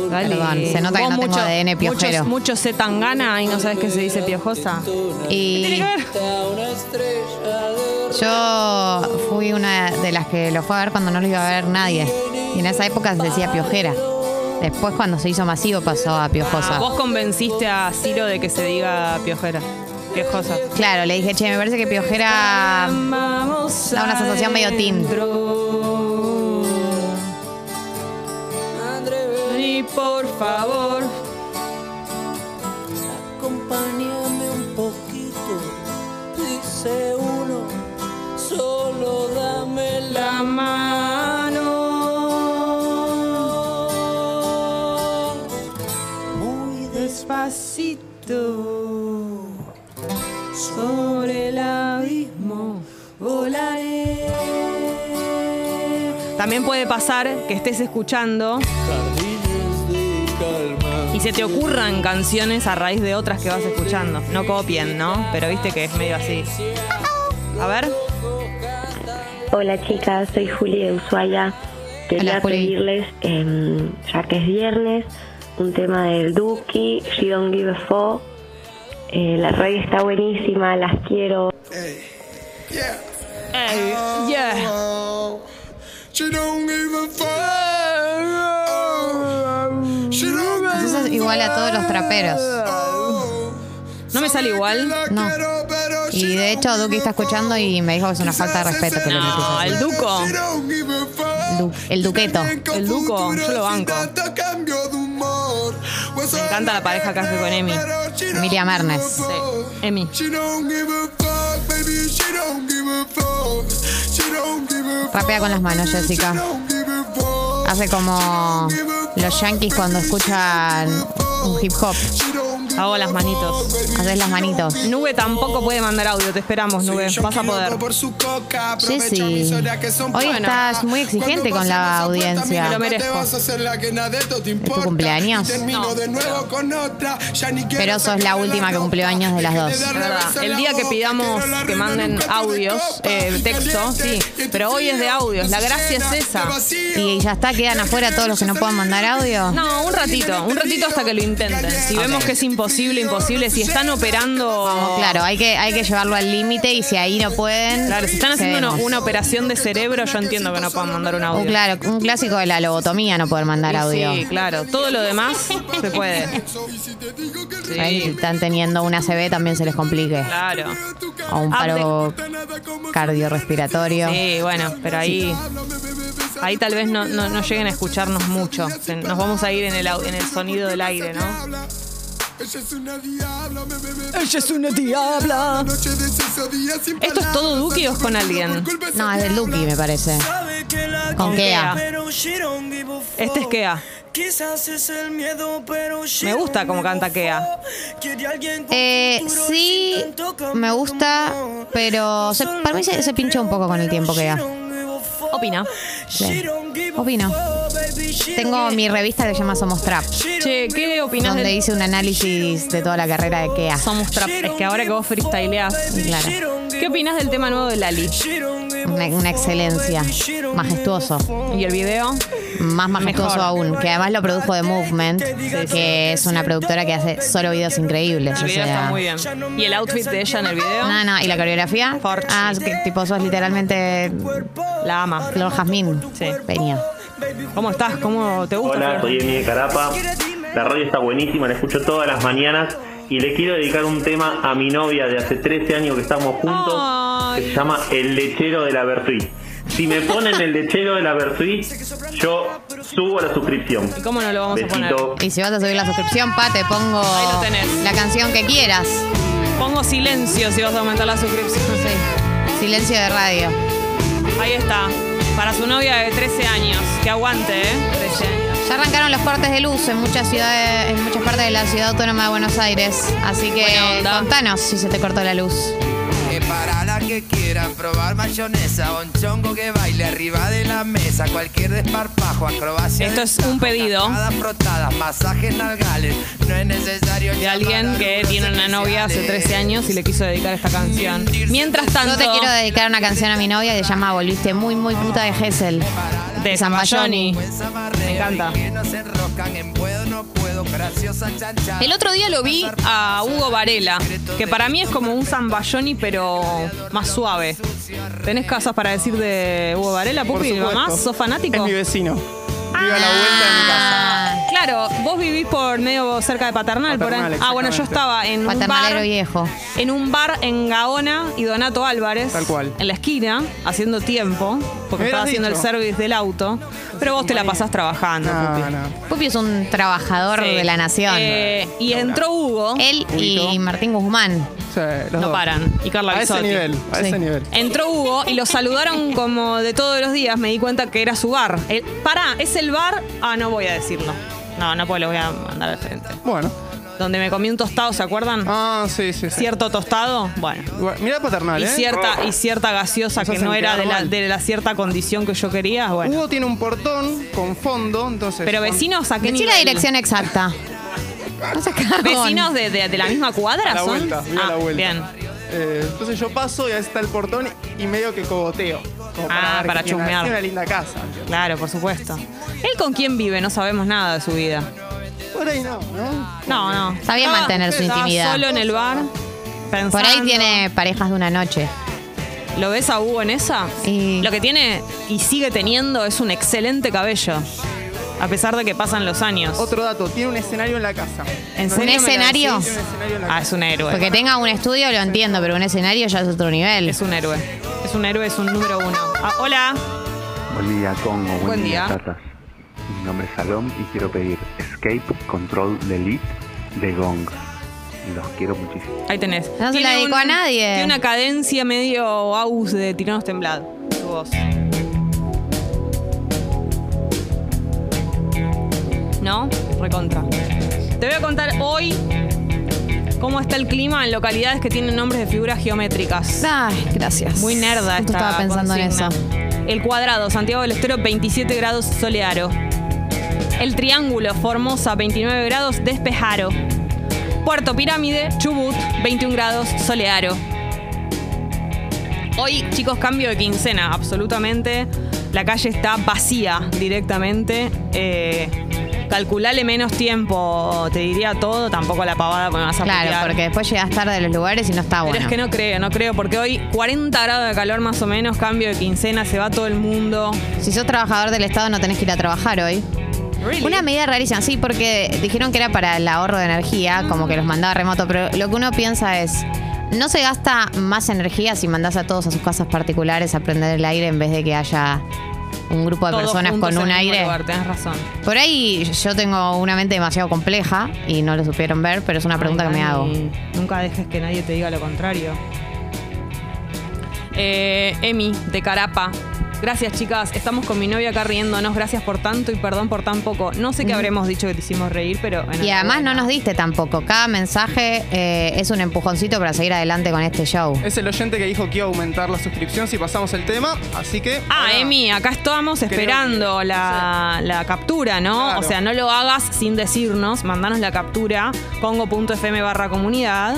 [SPEAKER 1] Dale.
[SPEAKER 2] Perdón, se nota que
[SPEAKER 1] Vos
[SPEAKER 2] no tengo ADN piojero.
[SPEAKER 1] Muchos, muchos se tangana y no sabes qué se dice piojosa. ¿Qué
[SPEAKER 2] Y
[SPEAKER 1] tiene que ver?
[SPEAKER 2] yo fui una de las que lo fue a ver cuando no lo iba a ver nadie. Y en esa época se decía piojera. Después, cuando se hizo masivo, pasó a piojosa.
[SPEAKER 1] Vos convenciste a Ciro de que se diga piojera. Piojosa.
[SPEAKER 2] Claro, le dije, che, me parece que piojera
[SPEAKER 1] Vamos
[SPEAKER 2] Da una sensación medio teen.
[SPEAKER 1] adentro. Y por favor.
[SPEAKER 5] Acompáñame un poquito, dice uno, solo dame la mano. Muy despacito, sobre el abismo volaré.
[SPEAKER 1] También puede pasar que estés escuchando y se te ocurran canciones a raíz de otras que vas escuchando. No copien, ¿no? Pero viste que es medio así. A ver.
[SPEAKER 8] Hola chicas, soy Juli de Ushuaia. Quería
[SPEAKER 2] Hola, Juli.
[SPEAKER 8] pedirles, em, ya que es viernes, un tema del Duki, She Don't Give a Fuck. Eh, la radio está buenísima, las quiero.
[SPEAKER 1] Ey, yeah.
[SPEAKER 2] Eso es igual a todos los traperos.
[SPEAKER 1] No me sale igual.
[SPEAKER 2] No. Y de hecho, Duki está escuchando y me dijo que es una falta de respeto que le metes
[SPEAKER 1] No,
[SPEAKER 2] así.
[SPEAKER 1] el Duco.
[SPEAKER 2] Du- el duqueto.
[SPEAKER 1] El Duco, yo lo banco.
[SPEAKER 10] Pues
[SPEAKER 1] Me encanta la pareja que hace con Emi.
[SPEAKER 2] Emilia Mernes.
[SPEAKER 1] Emi.
[SPEAKER 2] Rapea con las manos, Jessica. Hace como los yankees cuando escuchan un hip hop.
[SPEAKER 1] Hago las manitos.
[SPEAKER 2] Haces las manitos.
[SPEAKER 1] Nube tampoco puede mandar audio. Te esperamos, Nube. Vas a poder.
[SPEAKER 2] Jessy, hoy estás muy exigente con la
[SPEAKER 1] Me
[SPEAKER 2] audiencia.
[SPEAKER 1] lo merezco.
[SPEAKER 2] ¿Es tu cumpleaños?
[SPEAKER 1] No,
[SPEAKER 2] Pero sos la última que cumplió años de las dos.
[SPEAKER 1] es verdad. El día que pidamos que manden audios, eh, texto, sí. Pero hoy es de audios. La gracia es esa.
[SPEAKER 2] Y ya está, quedan afuera todos los que no puedan mandar audio.
[SPEAKER 1] No, un ratito. Un ratito hasta que lo intenten. Si vemos que es imposible, imposible. Si están operando.
[SPEAKER 2] Oh, Claro, hay que, hay que llevarlo al límite y si ahí no pueden.
[SPEAKER 1] Claro, si están haciendo una,
[SPEAKER 2] cedemos.
[SPEAKER 1] una operación de cerebro, yo entiendo que no puedan mandar un audio.
[SPEAKER 2] Un Oh, claro, un clásico de la lobotomía no poder mandar audio.
[SPEAKER 1] Sí, claro. Todo lo demás se puede.
[SPEAKER 2] Ahí
[SPEAKER 1] Sí,
[SPEAKER 2] están teniendo una CB también se les complique.
[SPEAKER 1] claro.
[SPEAKER 2] O un paro cardiorrespiratorio.
[SPEAKER 1] Ah, Sí, bueno, pero ahí. Ahí tal vez no, no- no lleguen a escucharnos mucho. Se- Nos vamos a ir en el, au- en el sonido del aire, ¿no? Ella es una diabla. ¿Esto es todo Duki o es con alguien?
[SPEAKER 2] No, es del Duki, me parece. Con Kea.
[SPEAKER 1] Este es Kea. Me gusta como canta Kea.
[SPEAKER 2] Eh, sí, me gusta, pero se- para mí se, se pinchó un poco con el tiempo que da.
[SPEAKER 1] Opina.
[SPEAKER 2] Sí. Opino. Tengo mi revista que se llama Somos Trap,
[SPEAKER 1] Che, ¿qué opinas
[SPEAKER 2] donde
[SPEAKER 1] de
[SPEAKER 2] hice un análisis de toda la carrera de Kea.
[SPEAKER 1] Somos Trap? Es que ahora que vos freestyleás.
[SPEAKER 2] Claro,
[SPEAKER 1] ¿Qué opinas del tema nuevo de Lali?
[SPEAKER 2] una, una excelencia. Majestuoso.
[SPEAKER 1] ¿Y el video?
[SPEAKER 2] Más majestuoso
[SPEAKER 1] Mejor.
[SPEAKER 2] aún, que además lo produjo The Movement, que es una productora que hace solo videos increíbles.
[SPEAKER 1] El
[SPEAKER 2] o
[SPEAKER 1] video está
[SPEAKER 2] sea,
[SPEAKER 1] muy bien. ¿Y el outfit de ella en el video?
[SPEAKER 2] ah. No, no, ¿y la coreografía?
[SPEAKER 1] Forchi.
[SPEAKER 2] Ah, es que tipo sos literalmente
[SPEAKER 1] La ama.
[SPEAKER 2] Flor Jazmín.
[SPEAKER 1] Ah. Sí.
[SPEAKER 2] Peña.
[SPEAKER 1] ¿Cómo estás? ¿Cómo te gusta?
[SPEAKER 9] Hola,
[SPEAKER 1] Flor?
[SPEAKER 9] soy Emi de Carapa. La radio está buenísima, la escucho todas las mañanas. Y le quiero dedicar un tema a mi novia de hace
[SPEAKER 11] Este
[SPEAKER 9] 13 años que estamos juntos,
[SPEAKER 1] Ay.
[SPEAKER 9] que se llama El lechero de la Bertuí. Si me ponen el lechero de la Bertuí, yo subo la suscripción.
[SPEAKER 1] ¿Y cómo no lo vamos a poner?
[SPEAKER 9] Besito.
[SPEAKER 2] Y si vas a subir la suscripción, pa, te pongo
[SPEAKER 1] Ahí lo tenés.
[SPEAKER 2] la canción que quieras.
[SPEAKER 1] Pongo silencio si vas a aumentar la suscripción.
[SPEAKER 2] Sí. Silencio de radio.
[SPEAKER 1] Ahí está. Para su novia de 13 años. Que aguante, ¿eh? 13 años.
[SPEAKER 2] Ya arrancaron los cortes de luz en muchas ciudades, en muchas partes de la ciudad autónoma de Buenos Aires. Así que
[SPEAKER 1] Buena onda.
[SPEAKER 2] contanos si se te cortó la luz.
[SPEAKER 5] Que Eh, para la que quieran probar mayonesa, un chongo que baile arriba de la mesa, cualquier desparpajo, acrobacia.
[SPEAKER 1] Esto
[SPEAKER 5] de
[SPEAKER 1] es un
[SPEAKER 5] tajo,
[SPEAKER 1] pedido.
[SPEAKER 5] cascadas frotadas, masajes nalgales, no es necesario.
[SPEAKER 1] De alguien que tiene una novia hace 13 años y le quiso dedicar esta canción. Mientras tanto,
[SPEAKER 2] Yo te quiero dedicar una canción a mi novia que se llama Volviste muy, muy puta de Gessel.
[SPEAKER 1] de Zambayoni. Me encanta. El otro día lo vi a Hugo Varela, que para mí es como un zambayoni, pero más suave. ¿Tenés cosas para decir de Hugo Varela, Pupi, mamá? ¿Sos fanático?
[SPEAKER 12] vecino.
[SPEAKER 2] Ah,
[SPEAKER 1] Claro, vos vivís por medio cerca de Paternal, por ahí.
[SPEAKER 12] Paternal,
[SPEAKER 1] Ah, bueno, yo
[SPEAKER 12] exactamente.
[SPEAKER 1] estaba en un
[SPEAKER 2] Paternalero
[SPEAKER 1] bar
[SPEAKER 2] viejo.
[SPEAKER 1] en un bar en Gaona y Donato Álvarez.
[SPEAKER 12] Tal cual.
[SPEAKER 1] En la esquina, haciendo tiempo, porque
[SPEAKER 12] Me hubieras
[SPEAKER 1] estaba haciendo el
[SPEAKER 12] dicho.
[SPEAKER 1] service del auto. Pero vos te la pasás trabajando,
[SPEAKER 12] No,
[SPEAKER 1] Pupi.
[SPEAKER 12] no.
[SPEAKER 2] Pupi es un trabajador
[SPEAKER 1] Sí.
[SPEAKER 2] de la nación. Eh.
[SPEAKER 1] Eh, y entró Hugo.
[SPEAKER 2] Él y Martín Guzmán.
[SPEAKER 12] Sí, los
[SPEAKER 1] No
[SPEAKER 12] dos.
[SPEAKER 1] paran. Y Carla
[SPEAKER 12] A ese
[SPEAKER 1] Bisotti.
[SPEAKER 12] nivel, a
[SPEAKER 2] Sí.
[SPEAKER 12] ese nivel.
[SPEAKER 1] Entró Hugo y lo saludaron como de todos los días. Me di cuenta que era su bar. El- pues pará, ¿es el bar? Ah, no voy a decirlo. No, no puedo, lo voy a mandar al frente.
[SPEAKER 12] Bueno,
[SPEAKER 1] donde me comí un tostado, ¿se acuerdan?
[SPEAKER 12] Ah, sí, sí. sí.
[SPEAKER 1] Cierto tostado, bueno.
[SPEAKER 12] Igual- Mirá paternal,
[SPEAKER 1] Y
[SPEAKER 12] ¿eh?
[SPEAKER 1] cierta, y cierta gaseosa
[SPEAKER 12] Nos
[SPEAKER 1] que
[SPEAKER 12] hacen
[SPEAKER 1] no era
[SPEAKER 12] quedar
[SPEAKER 1] de la,
[SPEAKER 12] mal.
[SPEAKER 1] de la cierta condición que yo quería, bueno.
[SPEAKER 12] Hugo tiene un portón con fondo, entonces.
[SPEAKER 1] Pero vecinos a qué
[SPEAKER 2] Decí
[SPEAKER 1] nivel?
[SPEAKER 2] la dirección exacta. No se cagan.
[SPEAKER 1] ¿Vecinos de, de- de la misma cuadra
[SPEAKER 12] A la
[SPEAKER 1] son?
[SPEAKER 12] vuelta, mira a la
[SPEAKER 1] Ah,
[SPEAKER 12] vuelta.
[SPEAKER 1] Bien.
[SPEAKER 12] Eh, entonces yo paso y ahí está el portón y medio que cogoteo. como
[SPEAKER 1] Ah,
[SPEAKER 12] ver
[SPEAKER 1] para
[SPEAKER 12] que tiene una-
[SPEAKER 1] chusmear.
[SPEAKER 12] tiene una linda casa.
[SPEAKER 1] Claro, por supuesto. ¿Él con quién vive? No sabemos nada de su vida.
[SPEAKER 12] Por ahí no, ¿no?
[SPEAKER 1] No, no.
[SPEAKER 2] Sabía
[SPEAKER 1] Estaba-
[SPEAKER 2] mantener su
[SPEAKER 1] estaba
[SPEAKER 2] intimidad.
[SPEAKER 1] solo en el bar. Pensando.
[SPEAKER 2] Por ahí tiene parejas de una noche.
[SPEAKER 1] ¿Lo ves a Hugo en esa?
[SPEAKER 2] Y-
[SPEAKER 1] Lo que tiene y sigue teniendo es un excelente cabello. A pesar de que pasan los años.
[SPEAKER 12] Otro dato, tiene un escenario en la casa.
[SPEAKER 1] ¿En
[SPEAKER 2] ¿Un
[SPEAKER 1] serio me lo
[SPEAKER 2] escenario?
[SPEAKER 1] decís?
[SPEAKER 12] Tiene un escenario en la
[SPEAKER 1] Ah,
[SPEAKER 12] casa.
[SPEAKER 1] es un héroe.
[SPEAKER 2] Porque tenga un estudio lo entiendo, pero un escenario ya es otro nivel.
[SPEAKER 1] Es un héroe. Es un héroe, es un número uno. Ah, hola.
[SPEAKER 11] Buen día, Congo. Buen,
[SPEAKER 1] Buen
[SPEAKER 11] día,
[SPEAKER 1] día.
[SPEAKER 11] Tatas. Mi nombre es Salom y quiero pedir Escape Control Delete de Gong. Los quiero muchísimo.
[SPEAKER 1] Ahí tenés.
[SPEAKER 2] No se
[SPEAKER 1] Tiene
[SPEAKER 2] la dedicó a nadie.
[SPEAKER 1] Tiene una cadencia medio aus de tiranos temblado. Su voz. ¿No? Recontra. Te voy a contar hoy cómo está el clima en localidades que tienen nombres de figuras geométricas.
[SPEAKER 2] Ay, gracias.
[SPEAKER 1] Muy nerda esta
[SPEAKER 2] Justo estaba pensando
[SPEAKER 1] consigna.
[SPEAKER 2] en eso.
[SPEAKER 1] El cuadrado, Santiago del Estero, 27 grados solearo. El triángulo, Formosa, 29 grados despejaro. Puerto Pirámide, Chubut, 21 grados solearo. Hoy, chicos, cambio de quincena, absolutamente. La calle está vacía directamente. Eh, calculale menos tiempo, te diría todo. Tampoco la pavada, porque me vas a putear.
[SPEAKER 2] Claro, porque después llegas tarde a los lugares y no está
[SPEAKER 1] Pero
[SPEAKER 2] bueno.
[SPEAKER 1] es que no creo, no creo, porque hoy 40 grados de calor más o menos, cambio de quincena, se va todo el mundo.
[SPEAKER 2] Si sos trabajador del Estado no tenés que ir a trabajar hoy. Una medida rarísima, sí, porque dijeron que era para el ahorro de energía, como que los mandaba remoto, pero lo que uno piensa es, ¿no se gasta más energía si mandás a todos a sus casas particulares a prender el aire en vez de que haya un grupo de
[SPEAKER 1] Todos
[SPEAKER 2] personas
[SPEAKER 1] juntos
[SPEAKER 2] con
[SPEAKER 1] en
[SPEAKER 2] un
[SPEAKER 1] el mismo
[SPEAKER 2] aire?
[SPEAKER 1] lugar, tenés razón.
[SPEAKER 2] Por ahí yo tengo una mente demasiado compleja y no lo supieron ver, pero es una pregunta
[SPEAKER 1] Ay,
[SPEAKER 2] que me hago.
[SPEAKER 1] Dani, Nunca dejes que nadie te diga lo contrario. Eh, Emi, de Carapa. Gracias, chicas. Estamos con mi novia acá riéndonos. Gracias por tanto y perdón por tan poco. No sé qué habremos dicho que te hicimos reír, pero. en
[SPEAKER 2] Y además no
[SPEAKER 1] alguna-
[SPEAKER 2] nos diste tampoco. Cada mensaje eh, es un empujoncito para seguir adelante con este show.
[SPEAKER 12] Es el oyente que dijo que iba a aumentar la suscripción si pasamos el tema, así que.
[SPEAKER 1] Ah,
[SPEAKER 12] ahora-
[SPEAKER 1] Emi, acá estamos esperando la, la captura, ¿no?
[SPEAKER 12] Claro.
[SPEAKER 1] O sea, no lo hagas sin decirnos, mandanos la captura, congo.fm barra comunidad,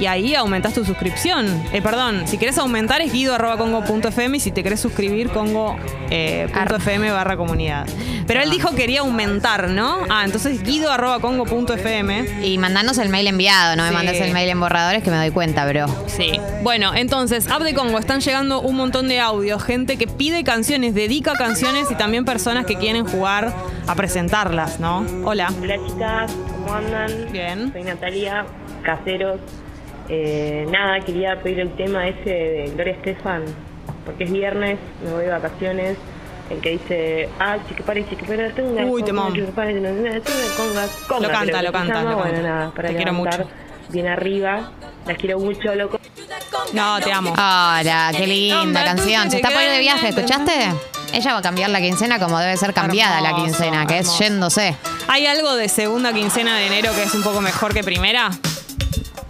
[SPEAKER 1] y ahí aumentás tu suscripción. Eh, perdón, si querés aumentar es guido arroba congo.fm y si te querés suscribir, congo.fm barra comunidad. Pero él dijo quería aumentar, ¿no? Ah, entonces guido arroba congo.fm.
[SPEAKER 2] Y mandanos el mail enviado, no me
[SPEAKER 1] Sí.
[SPEAKER 2] mandas el mail en borradores que me doy cuenta, bro.
[SPEAKER 1] Sí. Bueno, entonces, App de Congo, están llegando un montón de audios, gente que pide canciones, dedica canciones y también personas que quieren jugar a presentarlas, ¿no? Hola.
[SPEAKER 13] Hola chicas, ¿cómo andan?
[SPEAKER 1] Bien.
[SPEAKER 13] Soy Natalia, caseros. Eh, nada, quería pedir el tema ese de Gloria Estefan, porque es viernes, me voy de vacaciones, el que dice, ah, chiquipari, chiquipari, tunga,
[SPEAKER 1] Uy, temón.
[SPEAKER 13] chiquipari, tunga, tunga, conga, conga,
[SPEAKER 1] Lo canta,
[SPEAKER 13] creo que
[SPEAKER 1] lo
[SPEAKER 13] se
[SPEAKER 1] canta,
[SPEAKER 13] llama.
[SPEAKER 1] lo
[SPEAKER 13] bueno,
[SPEAKER 1] canta.
[SPEAKER 13] nada, para
[SPEAKER 1] Te quiero
[SPEAKER 13] levantar
[SPEAKER 1] mucho.
[SPEAKER 13] bien arriba, las quiero mucho, loco.
[SPEAKER 1] No, te amo.
[SPEAKER 2] Ah. Hola, qué linda canción. Se está por ir de viaje, ¿escuchaste? Ella va a cambiar la quincena como debe ser cambiada la
[SPEAKER 1] Hermoso,
[SPEAKER 2] quincena, que es
[SPEAKER 1] hermoso.
[SPEAKER 2] yéndose.
[SPEAKER 1] ¿Hay algo de segunda quincena de enero que es un poco mejor que primera?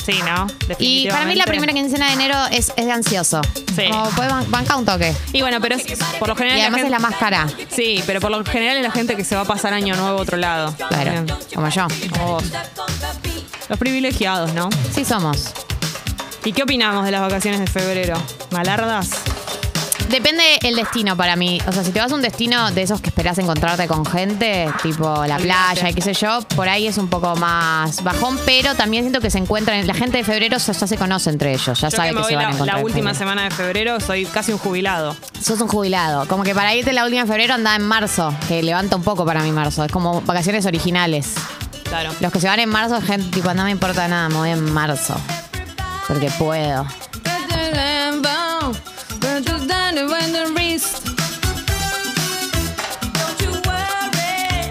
[SPEAKER 1] Sí, ¿no?
[SPEAKER 2] Y para mí la
[SPEAKER 1] Definitivamente.
[SPEAKER 2] primera quincena de enero es, es de ansioso.
[SPEAKER 1] Sí.
[SPEAKER 2] Como puede ban- banca un toque.
[SPEAKER 1] Y bueno, pero es- por lo general.
[SPEAKER 2] Y además es la
[SPEAKER 1] gente-
[SPEAKER 2] más cara.
[SPEAKER 1] Sí, pero por lo general es la gente que se va a pasar año nuevo a otro lado.
[SPEAKER 2] Claro,
[SPEAKER 1] Bien.
[SPEAKER 2] como yo.
[SPEAKER 1] Como vos. Los privilegiados, ¿no?
[SPEAKER 2] Sí somos.
[SPEAKER 1] ¿Y qué opinamos de las vacaciones de febrero? ¿Malardas?
[SPEAKER 2] Depende el destino para mí. O sea, si te vas a un destino de esos que esperás encontrarte con gente, tipo la
[SPEAKER 1] Olvídate.
[SPEAKER 2] playa y qué sé yo, por ahí es un poco más bajón, pero también siento que se encuentran. La gente de febrero ya, ya se conoce entre ellos, ya
[SPEAKER 1] Yo que
[SPEAKER 2] sabe que,
[SPEAKER 1] me voy
[SPEAKER 2] se van
[SPEAKER 1] la,
[SPEAKER 2] a encontrar.
[SPEAKER 1] la
[SPEAKER 2] en
[SPEAKER 1] última
[SPEAKER 2] febrero.
[SPEAKER 1] semana de febrero, soy casi un jubilado.
[SPEAKER 2] Sos un jubilado. Como que para irte la última de febrero anda en marzo, que levanta un poco para mí marzo. Es como vacaciones originales.
[SPEAKER 1] Claro.
[SPEAKER 2] Los que se van en marzo, gente, tipo, no me importa nada, me voy en marzo. Porque puedo.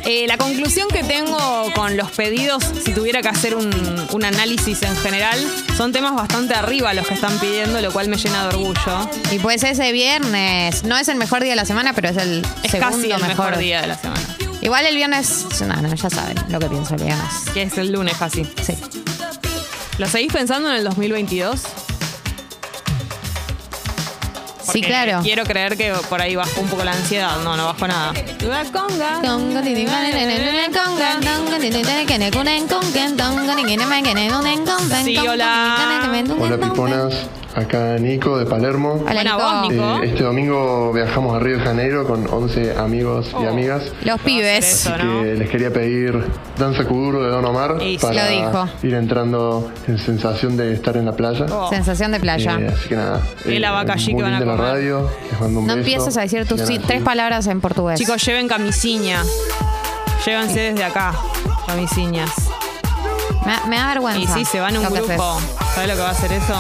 [SPEAKER 1] Eh, la conclusión que tengo con los pedidos, si tuviera que hacer un, un análisis en general, son temas bastante arriba los que están pidiendo, lo cual me llena de orgullo.
[SPEAKER 2] Y pues ese viernes, no es el mejor día de la semana, pero es el
[SPEAKER 1] Es
[SPEAKER 2] segundo
[SPEAKER 1] casi el mejor.
[SPEAKER 2] mejor
[SPEAKER 1] día de la semana.
[SPEAKER 2] Igual el viernes, no, no, ya saben lo que pienso el viernes.
[SPEAKER 1] Que es el lunes casi.
[SPEAKER 2] Sí.
[SPEAKER 1] ¿Lo seguís pensando en el 2022?
[SPEAKER 2] sí,
[SPEAKER 1] Porque
[SPEAKER 2] claro.
[SPEAKER 1] Quiero creer que por ahí bajó un poco la ansiedad. No, no bajó nada. La conga. Sí, hola.
[SPEAKER 10] Hola Piponas, acá Nico de Palermo.
[SPEAKER 2] Hola, Hola, Nico. vos, Nico.
[SPEAKER 10] Eh, este domingo viajamos a Río de Janeiro con 11 amigos
[SPEAKER 1] Oh.
[SPEAKER 10] y amigas.
[SPEAKER 2] Los pibes.
[SPEAKER 10] Así que les quería pedir Danza Kuduro de Don Omar
[SPEAKER 2] Y sí.
[SPEAKER 10] eh, para
[SPEAKER 2] Lo dijo.
[SPEAKER 10] ir entrando en sensación de estar en la playa.
[SPEAKER 2] Sensación de playa.
[SPEAKER 10] Eh, así que nada.
[SPEAKER 1] Y Oh, la vaca allí
[SPEAKER 10] muy
[SPEAKER 1] que van a
[SPEAKER 10] linda la
[SPEAKER 1] comer.
[SPEAKER 10] radio. Les mando un
[SPEAKER 2] No
[SPEAKER 10] beso. eh.
[SPEAKER 2] empieces a decir tus
[SPEAKER 10] Y
[SPEAKER 2] sí-
[SPEAKER 10] nada,
[SPEAKER 2] tres palabras en portugués.
[SPEAKER 1] Chicos, lleven camisinha. Llévense desde acá camisinhas.
[SPEAKER 2] me, me da
[SPEAKER 1] Y
[SPEAKER 2] vergüenza.
[SPEAKER 1] sí, se van a un
[SPEAKER 2] lo que
[SPEAKER 1] grupo.
[SPEAKER 2] haces.
[SPEAKER 1] ¿Sabes lo que va a hacer eso?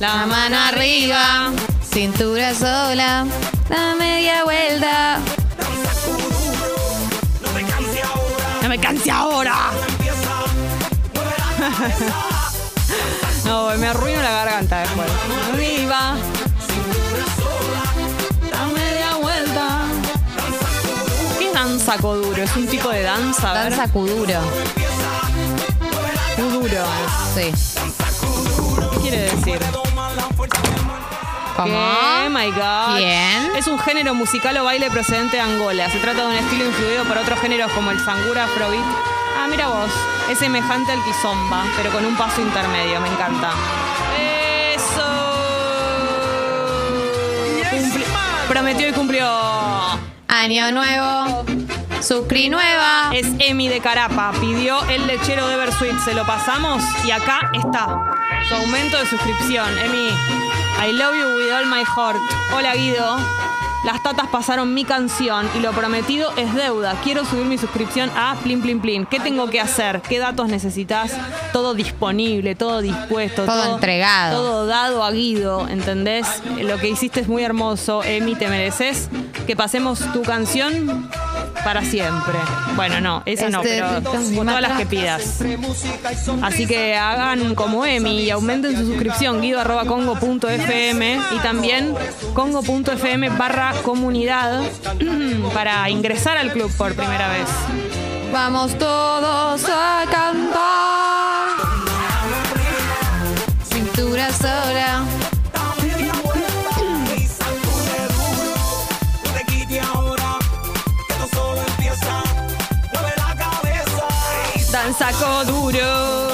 [SPEAKER 2] La mano arriba, cintura sola, la media vuelta.
[SPEAKER 1] ¡No me canse ahora! No, me arruino la garganta después. Arriba. La media vuelta. ¿Qué es danza coduro? ¿Es un tipo de danza?
[SPEAKER 2] Danza cuduro.
[SPEAKER 1] Cuduro.
[SPEAKER 2] Sí.
[SPEAKER 1] ¿Qué quiere decir?
[SPEAKER 2] ¿Cómo?
[SPEAKER 1] ¿Qué? my God.
[SPEAKER 2] Bien.
[SPEAKER 1] Es un género musical o baile procedente de Angola. Se trata de un estilo influido por otros géneros como el sangura, afrobeat. Ah, mira vos. Es semejante al kizomba, pero con un paso intermedio. Me encanta. Eso. Cumpli- Prometió y cumplió.
[SPEAKER 2] Año nuevo. Sucri nueva.
[SPEAKER 1] Es Emi de Carapa. Pidió el lechero de Bersuit. Se lo pasamos y acá está. Su aumento de suscripción. Emi, I love you with all my heart. Hola Guido. Las tatas pasaron mi canción y lo prometido es deuda. Quiero subir mi suscripción a Plin Plin Plin. ¿Qué tengo que hacer? ¿Qué datos necesitas? Todo disponible, todo dispuesto.
[SPEAKER 2] Todo entregado.
[SPEAKER 1] Todo dado a Guido, ¿entendés? Lo que hiciste es muy hermoso, Emi, te mereces que pasemos tu canción para siempre. Bueno, no, esa no,
[SPEAKER 2] Este,
[SPEAKER 1] pero con todas las que pidas. Así que hagan como Emi y aumenten su suscripción guido.congo.fm y también congo.fm barra comunidad para ingresar al club por primera vez.
[SPEAKER 2] Vamos todos a cantar. Cintura sola.
[SPEAKER 1] Danza Coduro.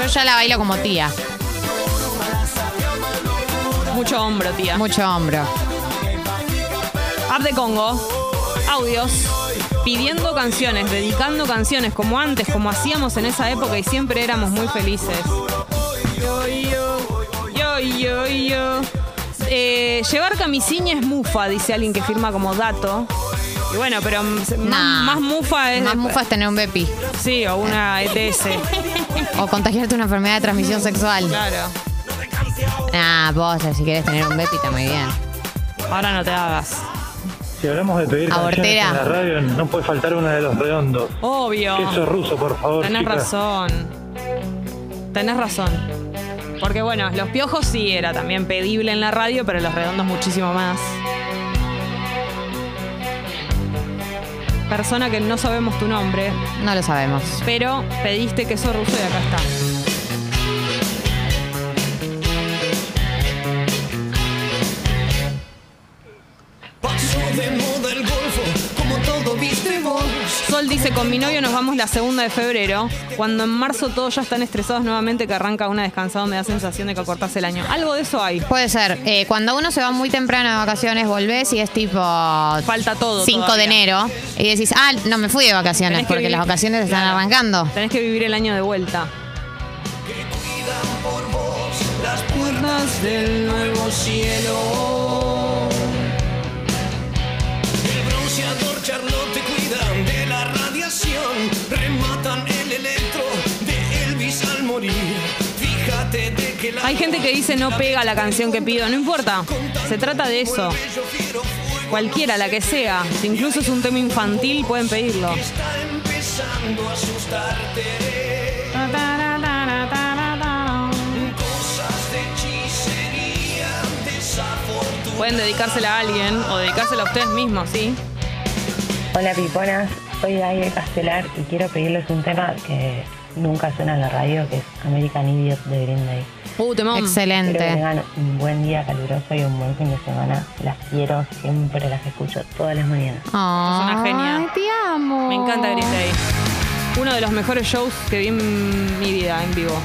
[SPEAKER 2] Yo ya la bailo como tía.
[SPEAKER 1] Mucho hombro, tía.
[SPEAKER 2] Mucho hombro.
[SPEAKER 1] App de Congo, audios, pidiendo canciones, dedicando canciones, como antes, como hacíamos en esa época y siempre éramos muy felices. Yo, yo, yo, yo, yo. Eh, llevar camisinha es mufa, dice alguien que firma como dato. Y bueno, pero mm, se- más,
[SPEAKER 2] Nah.
[SPEAKER 1] más mufa Ah, es.
[SPEAKER 2] Más mufa es tener un bepi.
[SPEAKER 1] Sí, o una E ETS.
[SPEAKER 2] O contagiarte una enfermedad de transmisión sexual.
[SPEAKER 1] Claro.
[SPEAKER 2] Ah, vos, si quieres tener un bepi, está muy bien.
[SPEAKER 1] Ahora no te hagas.
[SPEAKER 14] Si hablamos de pedir canciones
[SPEAKER 2] Abortera.
[SPEAKER 14] en la radio, no puede faltar una de los redondos.
[SPEAKER 1] Obvio.
[SPEAKER 14] Queso ruso, por favor.
[SPEAKER 1] Tenés
[SPEAKER 14] chicas.
[SPEAKER 1] razón. Tenés razón. Porque bueno, los piojos sí era también pedible en la radio, pero los redondos muchísimo más. Persona que no sabemos tu nombre,
[SPEAKER 2] No lo sabemos.
[SPEAKER 1] pero pediste queso ruso y acá está. Sol dice, con mi novio nos vamos la segunda de febrero, cuando en marzo todos ya están estresados nuevamente que arranca una descansada me da sensación de que acortás el año. Algo de eso hay.
[SPEAKER 2] Puede ser. Eh, cuando uno se va muy temprano de vacaciones, volvés y es tipo. Falta
[SPEAKER 1] todo
[SPEAKER 2] 5
[SPEAKER 1] todavía.
[SPEAKER 2] de enero. Y decís, ah, no me fui de vacaciones
[SPEAKER 1] Tenés que
[SPEAKER 2] porque
[SPEAKER 1] vivir-
[SPEAKER 2] las vacaciones están arrancando.
[SPEAKER 1] Tenés que vivir el año de vuelta.
[SPEAKER 7] Las puertas del nuevo cielo. El bronceador Charlotte te cuidan de la radiación. Rematan el electro de Elvis al morir. Fíjate de que la.
[SPEAKER 1] Hay gente que dice no pega la canción que pido, no importa. Se trata de eso. Cualquiera, la que sea. Si incluso es un tema infantil, pueden pedirlo.
[SPEAKER 7] Está empezando a asustarte. Cosas de hechicería desafortunadas.
[SPEAKER 1] pueden dedicársela a alguien o dedicársela a ustedes mismos, ¿sí?
[SPEAKER 15] Hola piponas, soy Daire Castelar y quiero pedirles un tema que nunca suena en la radio, que es American Idiot de Green Day.
[SPEAKER 1] Uh, temón. Excelente.
[SPEAKER 15] Espero que tengan un buen día caluroso y un buen fin de semana. Las quiero, siempre las escucho todas las mañanas.
[SPEAKER 1] Es una genia.
[SPEAKER 2] Ay, te amo.
[SPEAKER 1] Me encanta Green Day. Uno de los mejores shows que vi en mi vida en vivo.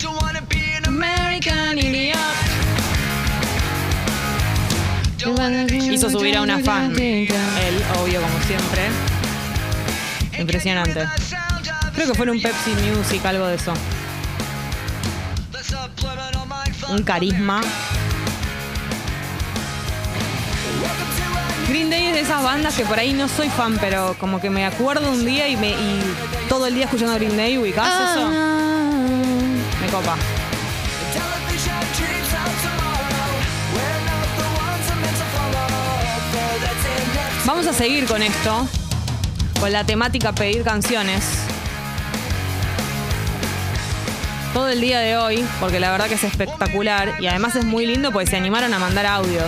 [SPEAKER 16] Don't wanna be an American idiot.
[SPEAKER 1] Hizo subir a una fan. Él, obvio, como siempre. Impresionante. Creo que fue en un Pepsi Music, algo de eso. Un carisma. Green Day es de esas bandas que por ahí no soy fan, pero como que me acuerdo un día y, me, y todo el día escuchando Green Day, ubicás
[SPEAKER 2] Ah,
[SPEAKER 1] eso. Me copa. Vamos a seguir con esto, con la temática pedir canciones. Todo el día de hoy, porque la verdad que es espectacular y además es muy lindo porque se animaron a mandar audios.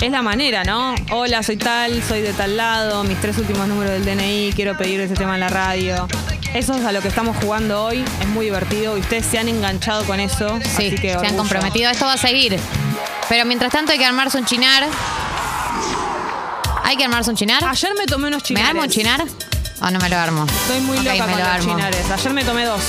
[SPEAKER 1] Es la manera, ¿no? Hola, soy tal, soy de tal lado, mis tres últimos números del DNI, quiero pedir ese tema en la radio. Eso es a lo que estamos jugando hoy, es muy divertido y ustedes se han enganchado con eso.
[SPEAKER 2] Sí,
[SPEAKER 1] así que
[SPEAKER 2] se han
[SPEAKER 1] orgullo.
[SPEAKER 2] comprometido. Esto va a seguir. Pero mientras tanto hay que armarse un chinar. Hay que armarse un chinar.
[SPEAKER 1] Ayer me tomé unos
[SPEAKER 2] ¿Me armo un chinar? ¿O no me lo armo?
[SPEAKER 1] Estoy muy
[SPEAKER 2] Ok,
[SPEAKER 1] loca
[SPEAKER 2] me
[SPEAKER 1] con
[SPEAKER 2] lo
[SPEAKER 1] los
[SPEAKER 2] armo.
[SPEAKER 1] chinares. Ayer me tomé dos.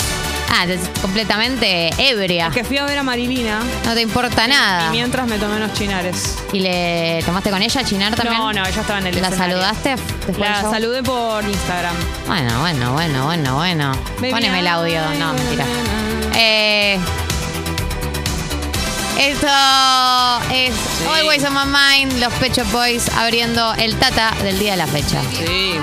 [SPEAKER 2] Ah, es completamente ebria.
[SPEAKER 1] Que fui a ver a Marilina.
[SPEAKER 2] No te importa nada.
[SPEAKER 1] Y mientras me tomé unos chinares.
[SPEAKER 2] ¿Y le tomaste con ella chinar también?
[SPEAKER 1] No, no, ella estaba en el
[SPEAKER 2] ¿La
[SPEAKER 1] escenario.
[SPEAKER 2] saludaste después del
[SPEAKER 1] La
[SPEAKER 2] show?
[SPEAKER 1] saludé por Instagram.
[SPEAKER 2] Bueno, bueno, bueno, bueno, bueno.
[SPEAKER 1] Baby,
[SPEAKER 2] Poneme el audio. No, mentira. Eh, esto es Always on my mind, los Pecho Boys abriendo el tata del día de la fecha.
[SPEAKER 1] Sí.